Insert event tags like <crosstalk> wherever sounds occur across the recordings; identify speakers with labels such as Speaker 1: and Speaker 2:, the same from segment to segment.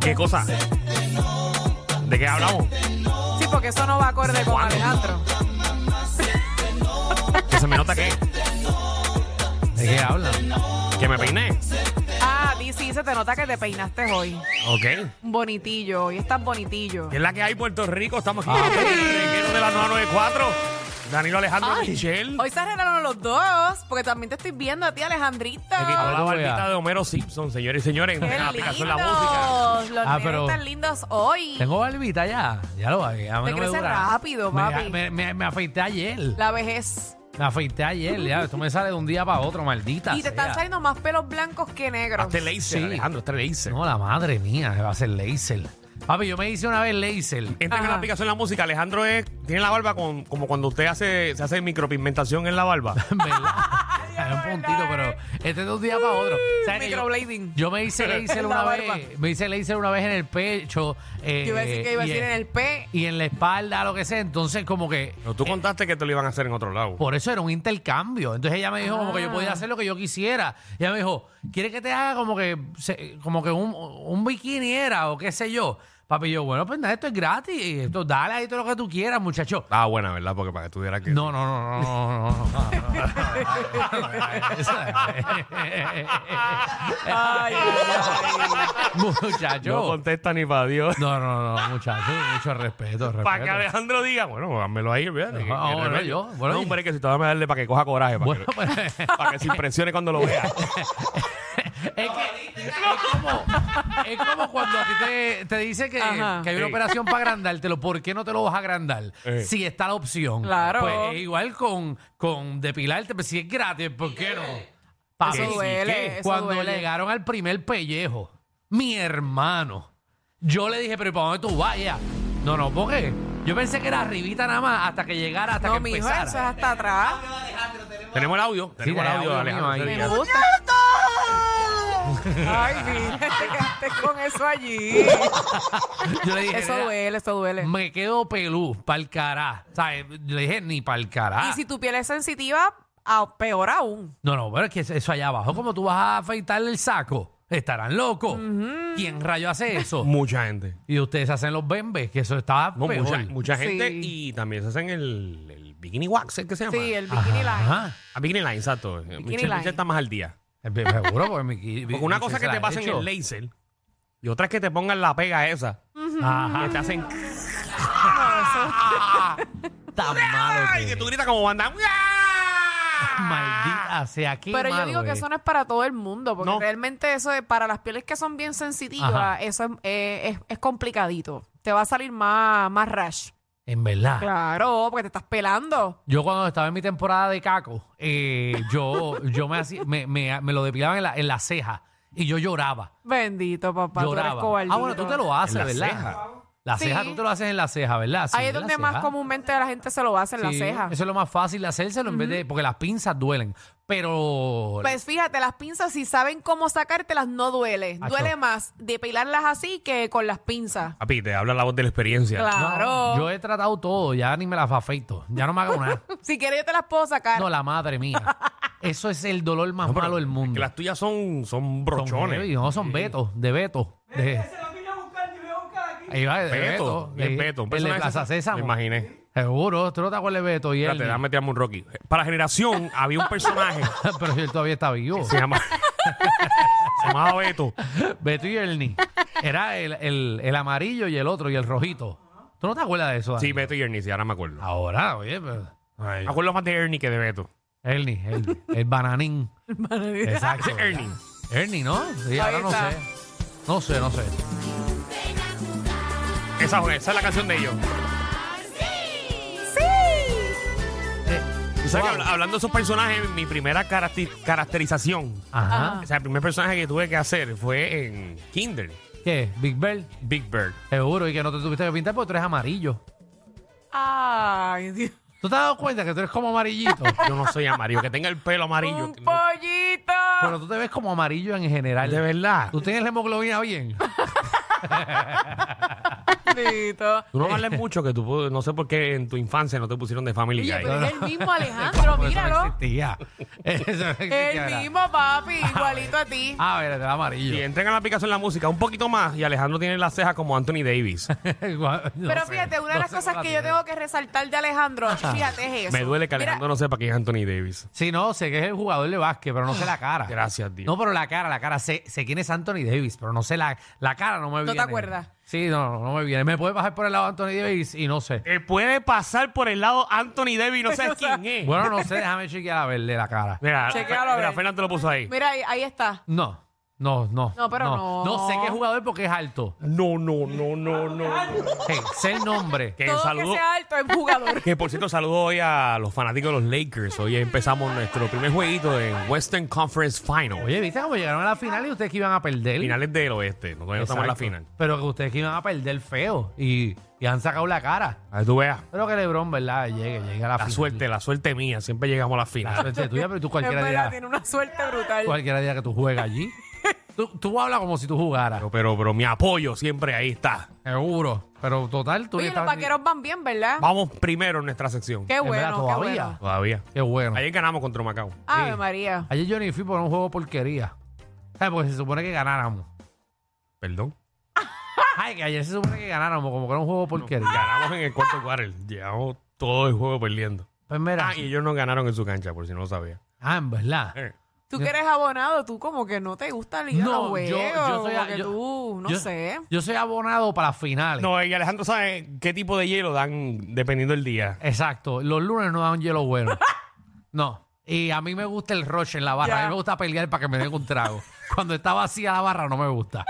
Speaker 1: ¿Qué cosa? ¿De qué hablamos?
Speaker 2: Sí, porque eso no va acorde con
Speaker 1: ¿Cuándo?
Speaker 2: Alejandro.
Speaker 1: ¿Que se me nota qué?
Speaker 3: ¿De qué hablan?
Speaker 1: ¿Que me peiné?
Speaker 2: Ah, dice, se te nota que te peinaste hoy.
Speaker 1: Ok.
Speaker 2: Bonitillo, hoy estás bonitillo.
Speaker 1: ¿Qué es la que hay Puerto Rico? Estamos aquí. en el reguero de la 994. Danilo Alejandro
Speaker 2: Ay,
Speaker 1: Michelle.
Speaker 2: Hoy se arreglaron los dos, porque también te estoy viendo a ti,
Speaker 1: Me quitó
Speaker 2: Alejandrita.
Speaker 1: la
Speaker 3: Ahora voy
Speaker 1: barbita
Speaker 3: a-
Speaker 1: de Homero Simpson, señores y señores.
Speaker 2: Qué
Speaker 1: En la aplicación la música.
Speaker 2: lindos. Los
Speaker 3: Ah,
Speaker 2: nenes
Speaker 3: pero-
Speaker 2: están lindos hoy.
Speaker 3: Tengo barbita ya. Ya lo hago. Ya a mí
Speaker 2: Te
Speaker 3: no me
Speaker 2: crece
Speaker 3: dura.
Speaker 2: rápido,
Speaker 3: Me-
Speaker 2: papi.
Speaker 3: Me, me- me afeité ayer.
Speaker 2: La vejez.
Speaker 3: Me afeité ayer. Ya, esto me sale de un día para otro, maldita.
Speaker 2: Y te
Speaker 3: sea.
Speaker 2: están saliendo más pelos blancos que negros.
Speaker 1: Hazte laser,
Speaker 3: Sí.
Speaker 1: Alejandro, hazte laser.
Speaker 3: No, la madre mía, va a ser laser. Papi, yo me hice una vez laser. <laughs>
Speaker 1: Entra en
Speaker 2: Ajá.
Speaker 1: la aplicación la música. Alejandro es, tiene la barba con- como cuando usted hace, se hace micropigmentación en la
Speaker 3: <laughs>
Speaker 1: barba.
Speaker 3: En verdad.
Speaker 2: <laughs>
Speaker 3: Hay un puntito, pero este es de un día para otro. ¿Sabes que yo-
Speaker 2: eh. Uh, Microblading.
Speaker 3: Yo me hice
Speaker 2: <laughs>
Speaker 3: laser
Speaker 2: La
Speaker 3: una
Speaker 2: barba.
Speaker 3: vez, me hice laser una vez en el pecho. eh,
Speaker 2: Yo iba a decir que iba a
Speaker 3: y
Speaker 2: decir en el P.
Speaker 3: Y en la espalda, lo que sea. Entonces, como que
Speaker 1: Pero tú contaste que te lo iban a hacer en otro lado.
Speaker 3: Por eso era un intercambio. Entonces ella me dijo como que yo
Speaker 2: Ah.
Speaker 3: podía hacer lo que yo quisiera. Y ella me dijo, ¿quieres que te haga como que, se- como que un, un bikini era o qué sé yo? Papi, yo, bueno, pues nada, esto es gratis. Esto, dale ahí todo lo que tú quieras, muchacho.
Speaker 1: Ah, buena, ¿verdad? Porque para que estuviera que.
Speaker 3: No, no, no, no, no, no, no.
Speaker 1: <laughs>
Speaker 3: <laughs>
Speaker 2: Ay,
Speaker 3: muchacho.
Speaker 1: No contesta ni para Dios.
Speaker 3: No, no, no, muchacho. Mucho respeto, respeto.
Speaker 1: Para que Alejandro diga, bueno, dámelo ahí, ¿verdad?
Speaker 3: Ah, bueno, yo, bueno,
Speaker 1: no,
Speaker 3: yo.
Speaker 1: hombre, que si te voy a darle para que coja coraje, para,
Speaker 3: Bueno,
Speaker 1: que, <laughs>
Speaker 3: pues...
Speaker 1: para que se impresione cuando lo vea.
Speaker 3: Es, que, es, como, es como cuando a ti te, te dice que,
Speaker 2: Ajá.
Speaker 3: que hay una
Speaker 1: Sí.
Speaker 3: operación para agrandártelo, ¿por qué no te lo vas a agrandar?
Speaker 1: Eh.
Speaker 3: Si está la opción.
Speaker 2: Claro.
Speaker 3: Pues igual con, con depilarte, pues si es gratis, ¿por qué no?
Speaker 2: Eso
Speaker 3: Papi,
Speaker 2: duele, eso
Speaker 3: cuando
Speaker 2: duele.
Speaker 3: llegaron al primer pellejo, mi hermano, yo le dije, pero ¿y ¿para dónde tú vayas? No, no, ¿por qué? Yo pensé que era arribita nada más hasta que llegara, hasta
Speaker 2: no,
Speaker 3: que
Speaker 2: mijo, eso
Speaker 3: empezara.
Speaker 2: es hasta atrás.
Speaker 1: <laughs> Tenemos el audio. Tenemos el
Speaker 3: hay
Speaker 1: audio, de
Speaker 3: audio
Speaker 1: Alejandro.
Speaker 3: mío ahí.
Speaker 1: Ese
Speaker 2: Me
Speaker 1: día.
Speaker 2: gusta.
Speaker 3: <laughs>
Speaker 2: Ay, mira, te quedaste con eso allí.
Speaker 3: Yo le
Speaker 2: <laughs>
Speaker 3: dije,
Speaker 2: Eso
Speaker 3: "Nena,
Speaker 2: duele, eso duele.
Speaker 3: Me quedo pelú, pa'l cará. O sea, yo dije, ni pa'l cará.
Speaker 2: Y si tu piel es sensitiva, a- peor aún.
Speaker 3: No, no, pero es que eso allá abajo, como tú vas a afeitarle el saco, estarán locos. ¿Quién rayo hace eso?
Speaker 1: Mucha gente.
Speaker 3: y ustedes hacen los bembes, que eso está
Speaker 1: No,
Speaker 3: peor.
Speaker 1: mucha, mucha gente.
Speaker 2: Sí.
Speaker 1: Y también se hacen el, el bikini wax, ¿es que se llama?
Speaker 2: Sí, el bikini line.
Speaker 3: Ajá.
Speaker 1: Ah, bikini line, exacto. Michelle,
Speaker 2: line.
Speaker 1: Michelle está más al día.
Speaker 3: Es bien Seguro, porque mi-
Speaker 1: Porque una
Speaker 3: mi-
Speaker 1: cosa
Speaker 3: se
Speaker 1: es que
Speaker 3: la
Speaker 1: te
Speaker 3: he
Speaker 1: pasen
Speaker 3: hecho.
Speaker 1: el laser y otra es que te pongan la pega esa.
Speaker 3: Ajá.
Speaker 1: Que te hacen.
Speaker 3: Mm. Tan malo
Speaker 1: ¡Ay!
Speaker 3: que
Speaker 1: ¡Ah! Que tú
Speaker 3: es.
Speaker 1: gritas como banda.
Speaker 3: <laughs> Maldita sea, qué
Speaker 2: Pero yo
Speaker 3: malo
Speaker 2: digo que
Speaker 3: es.
Speaker 2: eso no es para todo el mundo, porque
Speaker 1: No.
Speaker 2: realmente eso es para las pieles que son bien sensitivas,
Speaker 3: Ajá.
Speaker 2: eso es, eh, es, es complicadito. Te va a salir más, más rash.
Speaker 3: En verdad.
Speaker 2: Claro, porque te estás pelando.
Speaker 3: Yo cuando estaba en mi temporada de caco, eh, yo, yo me, hacía- me, me- me lo depilaban en la, en la ceja y yo lloraba.
Speaker 2: Bendito, papá. tú eres
Speaker 3: lloraba.
Speaker 2: cobardito.
Speaker 3: Ah, bueno, tú te lo haces,
Speaker 1: En la
Speaker 3: ¿verdad?
Speaker 1: ceja.
Speaker 3: La
Speaker 2: Sí.
Speaker 3: ceja tú te lo haces en la ceja, ¿verdad? Sí,
Speaker 2: Ahí es
Speaker 3: en la
Speaker 2: donde más
Speaker 3: ceja.
Speaker 2: comúnmente la gente se lo hace en
Speaker 3: Sí,
Speaker 2: la ceja.
Speaker 3: Eso es lo más fácil de hacérselo en vez de. Porque las pinzas duelen. Pero.
Speaker 2: Pues fíjate, las pinzas, si saben cómo sacártelas, no duele.
Speaker 3: Acho.
Speaker 2: Duele más depilarlas así que con las pinzas. <laughs>
Speaker 1: Papi, te habla la voz de la experiencia.
Speaker 2: Claro.
Speaker 3: no, yo he tratado todo, ya ni me las afeito. Ya no me hago
Speaker 2: <laughs>
Speaker 3: nada.
Speaker 2: Si quieres, yo te las puedo sacar.
Speaker 3: No, la madre mía. Eso es el dolor más
Speaker 1: No, pero
Speaker 3: malo del mundo.
Speaker 1: Que las tuyas son, son
Speaker 3: Son
Speaker 1: brochones.
Speaker 3: heavy, no, son betos, de betos. De... Ahí va, de
Speaker 1: Beto,
Speaker 3: Beto.
Speaker 1: el
Speaker 3: de-
Speaker 1: Beto, un
Speaker 3: El de
Speaker 1: personaje
Speaker 3: Plaza
Speaker 1: de Sésamo.
Speaker 3: Sésamo.
Speaker 1: Me imaginé.
Speaker 3: Seguro, tú no te acuerdas de Beto y él.
Speaker 1: Espérate, dame tirarme un Rocky. Para generación había un personaje
Speaker 3: <laughs> Pero si él todavía está vivo.
Speaker 1: que se
Speaker 3: <laughs>
Speaker 1: llama. se llamaba Beto.
Speaker 3: Beto y Ernie. Era el, el, el amarillo y el otro, y el rojito. ¿Tú no te acuerdas de eso?
Speaker 1: Sí,
Speaker 3: Dani?
Speaker 1: Beto y Ernie, sí, ahora me acuerdo.
Speaker 3: Ahora, oye, pero...
Speaker 1: Me acuerdo más de Ernie que de Beto.
Speaker 3: Ernie, Ernie,
Speaker 1: <laughs>
Speaker 3: el bananín. Exacto.
Speaker 1: Ese Ernie.
Speaker 3: Ernie, ¿no? Sí, ahora
Speaker 2: Ahí
Speaker 3: no
Speaker 2: está.
Speaker 3: sé. No sé, no sé.
Speaker 1: Esa, esa es la canción de ellos.
Speaker 3: Eh,
Speaker 1: O sea, que
Speaker 3: wow.
Speaker 1: habla- hablando de esos personajes, mi primera caracti- caracterización,
Speaker 3: Ajá.
Speaker 1: o sea, el primer personaje que tuve que hacer fue en Kinder,
Speaker 3: ¿Qué? Big Bird.
Speaker 1: Big Bird.
Speaker 3: Seguro, y que no te tuviste que pintar porque tú eres amarillo.
Speaker 2: <laughs> Ay, Dios.
Speaker 3: ¿Tú te has dado cuenta que tú eres
Speaker 2: <laughs>
Speaker 3: como amarillito?
Speaker 1: Yo no soy amarillo, que tenga el pelo amarillo.
Speaker 2: Un
Speaker 1: que no-
Speaker 2: pollito.
Speaker 3: Pero tú te ves como amarillo en general.
Speaker 1: de verdad.
Speaker 2: <laughs>
Speaker 3: ¿Tú tienes la hemoglobina bien?
Speaker 2: bendito.
Speaker 1: Tú no vales mucho que tú, pu- no sé por qué en tu infancia no te pusieron de Family
Speaker 2: Oye,
Speaker 1: Guy.
Speaker 2: pero es el
Speaker 3: <laughs>
Speaker 2: mismo Alejandro,
Speaker 3: Porque Eso no
Speaker 2: míralo.
Speaker 3: existía. <laughs> Eso no existía,
Speaker 2: El
Speaker 3: ¿verdad?
Speaker 2: mismo
Speaker 3: <laughs>
Speaker 2: papi, igualito a ti.
Speaker 3: Ah, mira, te da amarillo.
Speaker 1: Y entren a la aplicación la música un poquito más y Alejandro tiene las cejas como Anthony Davis. <laughs>
Speaker 3: Guau, no
Speaker 2: Pero
Speaker 3: sé,
Speaker 2: fíjate, una de
Speaker 3: no
Speaker 2: las
Speaker 3: sé
Speaker 2: cosas
Speaker 3: cómo
Speaker 2: que
Speaker 3: la
Speaker 2: yo
Speaker 3: tiene.
Speaker 2: tengo que resaltar de
Speaker 3: <laughs>
Speaker 2: Alejandro, fíjate, es eso.
Speaker 1: Me duele que
Speaker 2: Mira,
Speaker 1: Alejandro no sepa quién es Anthony Davis.
Speaker 3: Sí, no, sé que es el jugador de básquet, pero no sé la cara.
Speaker 1: Ah, Gracias, Dios.
Speaker 3: No, pero la cara, la cara. Sé, sé quién es Anthony Davis, pero no sé la, la cara, no me
Speaker 2: ¿No
Speaker 3: viene.
Speaker 2: te acuerdas?
Speaker 3: Sí, no, no, no me viene. Me puede pasar por el lado de Anthony Davis y no sé.
Speaker 1: Te Eh, puede pasar por el lado Anthony Davis y no
Speaker 2: <laughs>
Speaker 1: sabes
Speaker 2: O sea,
Speaker 1: quién es. <laughs>
Speaker 3: Bueno, no sé, déjame chequear a verle la cara.
Speaker 1: mira,
Speaker 2: Chequéalo a
Speaker 1: mira,
Speaker 2: ver.
Speaker 1: Fernan te lo puso ahí.
Speaker 2: mira, ahí, ahí está.
Speaker 3: No, no, no.
Speaker 2: No, pero no.
Speaker 3: No sé qué jugador porque es alto.
Speaker 1: No, no, no, no, no.
Speaker 3: Sí, sé el nombre.
Speaker 1: <laughs> Que
Speaker 2: Todo
Speaker 1: saludo.
Speaker 2: que sea alto es jugador.
Speaker 1: Que por cierto, saludo hoy a los fanáticos de los Lakers. Hoy empezamos nuestro primer jueguito en Western Conference Final.
Speaker 3: Oye, ¿viste cómo llegaron a la final y ustedes que iban a perder?
Speaker 1: Finales del oeste. No, todavía no estamos en la
Speaker 3: Exacto.
Speaker 1: final.
Speaker 3: Pero que ustedes que iban a perder feo y, y han sacado la cara.
Speaker 1: A ver, tú veas.
Speaker 3: Espero que LeBron, ¿verdad? Llegue, llegue a la,
Speaker 1: La
Speaker 3: final.
Speaker 1: suerte, la suerte mía. Siempre llegamos a la
Speaker 3: La
Speaker 1: final.
Speaker 3: suerte tuya, pero tú
Speaker 2: Es
Speaker 3: <laughs> cualquiera
Speaker 2: verdad,
Speaker 3: día,
Speaker 2: tiene una suerte brutal.
Speaker 3: cualquiera día que tú juegas allí.
Speaker 2: <laughs>
Speaker 3: Tú, tú hablas como si tú jugaras.
Speaker 1: Pero, pero, pero mi apoyo siempre ahí está.
Speaker 3: Seguro. Pero total, tú
Speaker 2: Oye, los
Speaker 3: estabas-
Speaker 2: vaqueros van bien, ¿verdad?
Speaker 1: Vamos primero en nuestra sección.
Speaker 2: Qué
Speaker 3: En verdad,
Speaker 2: bueno, qué
Speaker 3: todavía.
Speaker 2: bueno.
Speaker 1: Todavía.
Speaker 3: Qué bueno.
Speaker 1: Ayer ganamos contra Macao.
Speaker 2: Ave María.
Speaker 3: Ayer yo ni fui por un juego porquería. ¿Sabes? Porque se supone que ganáramos.
Speaker 1: Perdón.
Speaker 3: Ay, que ayer se supone que ganáramos, como que era un juego porquería.
Speaker 1: Ganamos en el cuarto quarter. Llevamos todo el juego perdiendo.
Speaker 3: Pues mira.
Speaker 1: Ah, y ellos no ganaron en su cancha, por si no lo sabía.
Speaker 3: Ah, en verdad.
Speaker 1: Eh.
Speaker 2: Tú que eres abonado, tú como que no te gusta ligar
Speaker 3: No,
Speaker 2: los juegos.
Speaker 3: yo- yo soy a-
Speaker 2: como que
Speaker 3: yo-
Speaker 2: tú, no
Speaker 3: yo-
Speaker 2: sé.
Speaker 3: Yo soy abonado para las finales.
Speaker 1: No, y Alejandro sabe qué tipo de hielo dan dependiendo del día.
Speaker 3: Exacto. Los lunes no dan
Speaker 2: <laughs>
Speaker 3: hielo bueno. No. Y a mí me gusta el roche en la barra.
Speaker 2: Ya.
Speaker 3: A mí me gusta pelear para que me den
Speaker 2: <laughs>
Speaker 3: un trago. Cuando está vacía la barra no me gusta.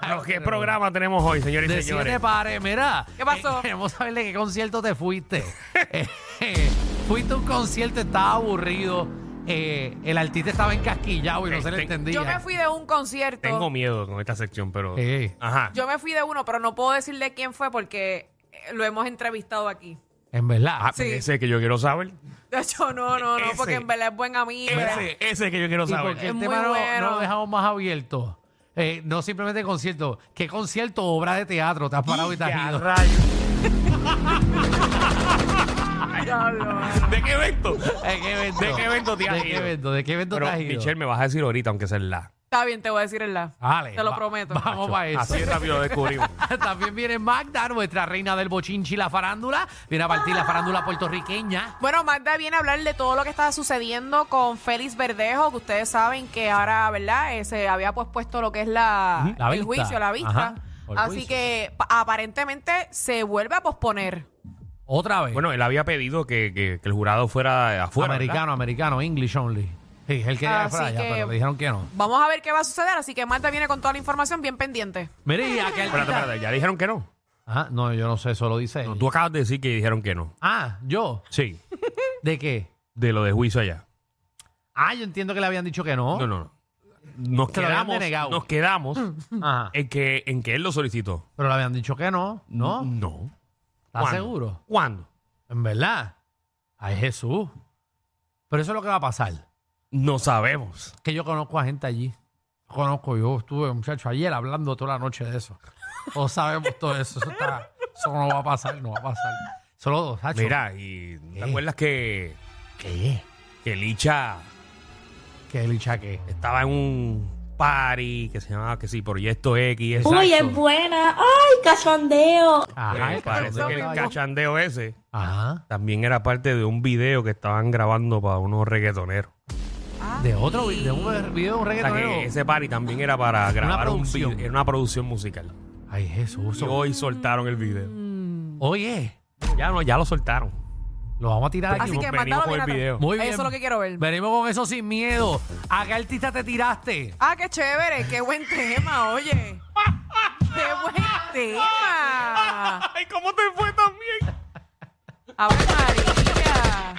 Speaker 1: Bueno, ¿Qué programa tenemos hoy, señores y
Speaker 3: Ah, De
Speaker 1: señores?
Speaker 3: siete pares, mira.
Speaker 2: ¿Qué pasó?
Speaker 3: eh, queremos saber de qué concierto te fuiste. <laughs> Eh, eh, fuiste a un concierto, estaba aburrido. eh, el artista estaba encasquillado y no
Speaker 1: Eh,
Speaker 3: se le
Speaker 1: ten-
Speaker 3: entendía.
Speaker 2: Este, Yo me fui de un concierto.
Speaker 1: Tengo miedo con esta sección, pero.
Speaker 3: Eh,
Speaker 1: Ajá.
Speaker 2: Yo me fui de uno, pero no puedo decirle quién fue porque eh, lo hemos entrevistado aquí. <laughs>
Speaker 3: en verdad.
Speaker 1: Ah,
Speaker 2: Sí.
Speaker 1: Ese que yo quiero saber.
Speaker 2: De hecho, no, no, no, porque
Speaker 1: Ese.
Speaker 2: en verdad es buen amigo.
Speaker 1: Ese, ese que yo quiero
Speaker 3: y porque
Speaker 1: saber.
Speaker 2: Es
Speaker 3: el
Speaker 2: muy
Speaker 3: tema no,
Speaker 2: bueno.
Speaker 3: no lo dejamos más abierto. Eh, no simplemente concierto. ¿Qué concierto o obra de teatro te has parado y te has
Speaker 1: Ya,
Speaker 3: ido?
Speaker 1: rayos.
Speaker 2: Diablo.
Speaker 1: ¿De qué evento?
Speaker 3: ¿De qué evento?
Speaker 1: ¿De qué evento te has
Speaker 3: ¿De qué
Speaker 1: ido?
Speaker 3: evento? ¿De qué evento
Speaker 1: Pero,
Speaker 3: te has ido?
Speaker 1: Michelle, me vas a decir ahorita, aunque sea el la.
Speaker 2: Está bien, te voy a decir el la.
Speaker 3: Vale,
Speaker 2: Te lo
Speaker 3: va-
Speaker 2: prometo.
Speaker 3: Vamos para eso.
Speaker 1: Así de rápido lo
Speaker 3: <laughs>
Speaker 1: descubrimos.
Speaker 3: <laughs> También viene Magda, nuestra reina del bochinchi y la farándula. Viene a partir la farándula puertorriqueña.
Speaker 2: Bueno, Magda viene a hablar de todo lo que está sucediendo con Félix Verdejo, que ustedes saben que ahora, ¿verdad? Eh, se había pues puesto lo que es la,
Speaker 3: Ujú, la
Speaker 2: el
Speaker 3: vista.
Speaker 2: juicio, la vista.
Speaker 3: Ajá, o el
Speaker 2: Así
Speaker 3: juicio.
Speaker 2: que pa- aparentemente se vuelve a posponer.
Speaker 3: Otra vez.
Speaker 1: Bueno, él había pedido que, que- que el jurado fuera afuera. ¿verdad?
Speaker 3: americano, americano, English only. Sí, él quería que
Speaker 2: Así
Speaker 3: fuera allá,
Speaker 2: que-
Speaker 3: pero le dijeron que no.
Speaker 2: Vamos a ver qué va a suceder, así que Marta viene con toda la información bien pendiente.
Speaker 3: Mire, y aquel.
Speaker 1: Espérate, espérate, ya dijeron que no.
Speaker 3: Ajá, no, yo no sé, eso lo dice. él.
Speaker 1: No, Tú acabas de decir que dijeron que no.
Speaker 3: Ah, yo.
Speaker 1: Sí,
Speaker 3: ¿De qué?
Speaker 1: de lo de juicio allá.
Speaker 3: Ah, yo entiendo que le habían dicho que no. Mm.
Speaker 1: No, no, no. Nos
Speaker 3: Te lo habían
Speaker 1: quedamos,
Speaker 3: denegado.
Speaker 1: nos quedamos
Speaker 3: <laughs> Ajá.
Speaker 1: en que, en que él lo solicitó.
Speaker 3: Pero le habían dicho que no, ¿no?
Speaker 1: No.
Speaker 3: ¿Estás
Speaker 1: Mm, ¿Cuándo?
Speaker 3: seguro?
Speaker 1: ¿Cuándo?
Speaker 3: En verdad. Ay, Jesús. Pero eso es lo que va a pasar.
Speaker 1: No sabemos.
Speaker 3: que yo conozco a gente allí. Conozco, yo estuve, muchacho, ayer hablando toda la noche de eso. No sabemos todo eso. Eso, está- eso no va a pasar, no va a pasar. Solo, Sacho.
Speaker 1: Mira, y ¿te
Speaker 3: ¿Qué?
Speaker 1: acuerdas que,
Speaker 3: ¿Qué?
Speaker 1: que Licha
Speaker 3: ¿Qué licha qué?
Speaker 1: estaba en un party que se llamaba que sí, Proyecto X? Eso.
Speaker 4: Uy, es buena. Ay, cachondeo.
Speaker 3: Ajá, el
Speaker 1: parece
Speaker 3: cachondeo
Speaker 1: que el
Speaker 3: estaba allí.
Speaker 1: cachandeo ese
Speaker 3: Ajá.
Speaker 1: también era parte de un video que estaban grabando para unos reggaetoneros.
Speaker 3: De otro vi- de un video de un
Speaker 1: O sea,
Speaker 3: reggaetonero.
Speaker 1: que ese party también era para grabar un video,
Speaker 3: producción.
Speaker 1: era una producción musical.
Speaker 3: Ay, Jesús.
Speaker 1: Y hoy soltaron el video.
Speaker 3: Oye,
Speaker 1: Ya no, ya lo soltaron.
Speaker 3: lo vamos a tirar aquí.
Speaker 2: Así que
Speaker 1: venimos
Speaker 2: mandado
Speaker 1: con el video.
Speaker 3: Muy bien.
Speaker 2: Eso es lo que quiero ver.
Speaker 3: Venimos con eso sin miedo. ¿A qué artista te tiraste?
Speaker 2: Ah, qué chévere, qué buen tema, oye. Qué buen
Speaker 3: Ah.
Speaker 2: tema.
Speaker 1: <laughs> Ay, ¿cómo te fue también?
Speaker 2: Ave María.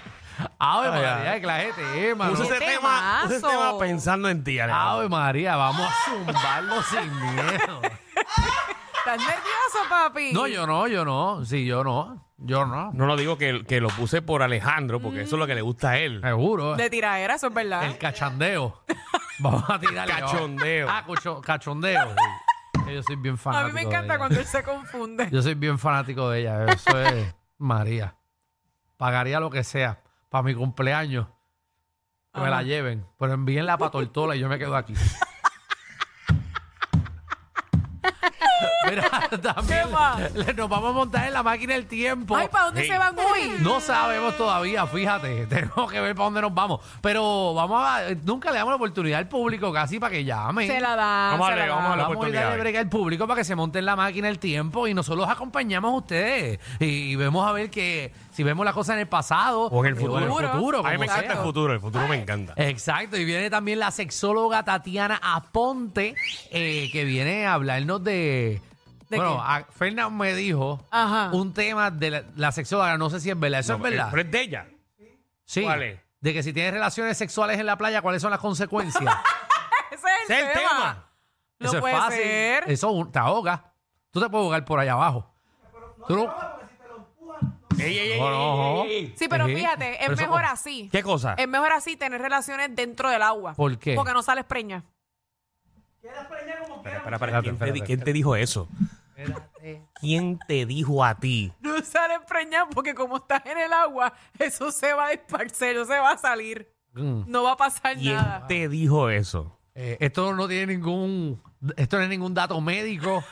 Speaker 3: Ave
Speaker 1: Ay, ay.
Speaker 3: María, que la gente, eh, mano.
Speaker 1: Puse ese
Speaker 2: ¡Qué
Speaker 1: tema, puse ese
Speaker 2: temazo!
Speaker 1: tema pensando en ti, Alejandro.
Speaker 3: Ave María, vamos a zumbarlo sin miedo.
Speaker 2: ¿Estás nervioso, papi?
Speaker 3: No, yo no, yo no. Sí, yo no. Yo no.
Speaker 1: No, no digo que, que lo puse por Alejandro, porque eso es lo que le gusta a
Speaker 3: Mm.
Speaker 1: él.
Speaker 3: Seguro.
Speaker 2: De tiraera, eso es verdad. <laughs>
Speaker 3: El cachondeo. Vamos a tirarle.
Speaker 1: Cachondeo.
Speaker 3: Ah, cocho- cachondeo. sí. que yo soy bien
Speaker 2: A
Speaker 3: fanático.
Speaker 2: mí me
Speaker 3: de
Speaker 2: encanta
Speaker 3: ella.
Speaker 2: cuando él se confunde.
Speaker 3: Yo soy bien fanático de ella. Eso
Speaker 2: <laughs>
Speaker 3: es María. Pagaría lo que sea para mi cumpleaños. Que me la lleven. Pero envíenla para Tortola y yo me
Speaker 2: <laughs>
Speaker 3: quedo aquí. Mira, <laughs> también
Speaker 2: ¿Qué más?
Speaker 3: le- nos vamos a montar en la máquina del tiempo.
Speaker 2: Ay, ¿para dónde
Speaker 1: Hey.
Speaker 2: se van hoy?
Speaker 3: No sabemos todavía, fíjate. <laughs> Tenemos que ver para dónde nos vamos. Pero vamos a. Nunca le damos la oportunidad al público casi para que llame.
Speaker 2: Se la dan.
Speaker 1: Vamos a
Speaker 2: se la
Speaker 1: darle, vamos a darle.
Speaker 2: dan.
Speaker 1: la
Speaker 3: Vamos a
Speaker 1: oportunidad
Speaker 3: darle
Speaker 1: hoy.
Speaker 3: brega al público para que se monte en la máquina el tiempo y nosotros los acompañamos a ustedes. Y vemos a ver que si vemos las cosas en el pasado eh,
Speaker 1: O en el futuro.
Speaker 3: en el futuro,
Speaker 1: A mí
Speaker 3: como
Speaker 1: me encanta el
Speaker 3: sea.
Speaker 1: futuro, el futuro me encanta.
Speaker 3: Exacto, y viene también la sexóloga Tatiana Aponte, eh, que viene a hablarnos de...
Speaker 2: ¿De
Speaker 3: bueno,
Speaker 2: qué?
Speaker 3: a- Fernan me dijo
Speaker 2: Ajá.
Speaker 3: un tema de la, la sexóloga, no sé si es verdad, eso
Speaker 1: No,
Speaker 3: es verdad.
Speaker 1: Pero es de ella.
Speaker 3: sí,
Speaker 1: ¿cuál es?
Speaker 3: de que si tienes relaciones sexuales en la playa, ¿cuáles son
Speaker 1: <laughs>
Speaker 3: las consecuencias?
Speaker 2: Ese es el,
Speaker 1: Ese es el tema.
Speaker 2: No
Speaker 3: Eso
Speaker 2: puede
Speaker 3: es fácil.
Speaker 2: ser.
Speaker 3: Eso un- te ahoga. Tú te puedes ahogar por allá abajo. Tú no-
Speaker 1: Ey, ey, ey,
Speaker 3: No, no,
Speaker 1: ey, ey, ey.
Speaker 2: Sí, pero
Speaker 3: Ejé.
Speaker 2: fíjate, es
Speaker 3: Pero eso-
Speaker 2: mejor así.
Speaker 1: ¿Qué cosa?
Speaker 2: Es mejor así tener relaciones dentro del agua.
Speaker 3: ¿Por qué?
Speaker 2: Porque no sales preña. <laughs>
Speaker 1: Espera, espera, espera. ¿Quién,
Speaker 3: Espérate,
Speaker 1: te,
Speaker 3: espérate.
Speaker 1: quién te dijo eso? ¿Quién te dijo a ti?
Speaker 2: No sales preña porque como estás en el agua, eso se va a esparcer, no se va a salir.
Speaker 3: <laughs> Mm.
Speaker 2: No va a pasar
Speaker 1: ¿Quién
Speaker 2: nada.
Speaker 1: te dijo eso?
Speaker 3: Eh, esto no tiene ningún, esto no es ningún
Speaker 1: <laughs>
Speaker 3: dato médico.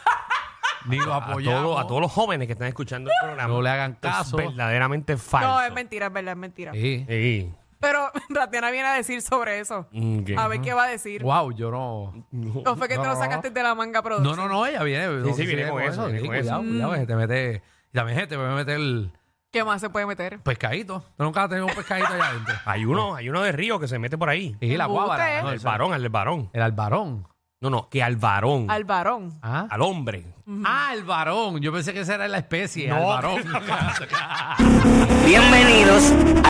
Speaker 3: ni lo
Speaker 1: A,
Speaker 3: apoyamos.
Speaker 1: todo- a todos los jóvenes que están escuchando el programa.
Speaker 3: No le hagan
Speaker 1: Esto es
Speaker 3: caso.
Speaker 1: verdaderamente falso.
Speaker 2: No, es mentira, es verdad, es mentira.
Speaker 3: Sí.
Speaker 1: Ey.
Speaker 2: Pero <laughs> Tatiana viene a decir sobre eso.
Speaker 1: Mm, ¿qué?
Speaker 2: A ver qué va a decir.
Speaker 3: Wow, yo no.
Speaker 2: No fue que
Speaker 3: No,
Speaker 2: te lo
Speaker 3: no,
Speaker 2: sacaste de la manga, producción.
Speaker 3: No, no, no, ella viene. no,
Speaker 1: sí, viene con eso, viene
Speaker 3: sí,
Speaker 1: con
Speaker 3: cuidado,
Speaker 1: eso.
Speaker 3: cuidado, que te mete. Y también gente, te puede meter el
Speaker 2: ¿Qué más se puede meter?
Speaker 3: pescadito. Tú nunca has tenido un pescadito allá adentro.
Speaker 1: Hay uno, hay uno de río que se mete por ahí.
Speaker 3: Y la guábara.
Speaker 2: Embuste.
Speaker 3: no,
Speaker 1: el
Speaker 3: eso-
Speaker 1: varón, el varón.
Speaker 3: El albarón.
Speaker 1: No, no, que al varón.
Speaker 2: Al varón.
Speaker 3: Ah.
Speaker 1: Al hombre.
Speaker 3: Ah,
Speaker 1: <laughs>
Speaker 3: el varón. Yo pensé que esa era la especie.
Speaker 1: No.
Speaker 3: El varón.
Speaker 5: Bienvenidos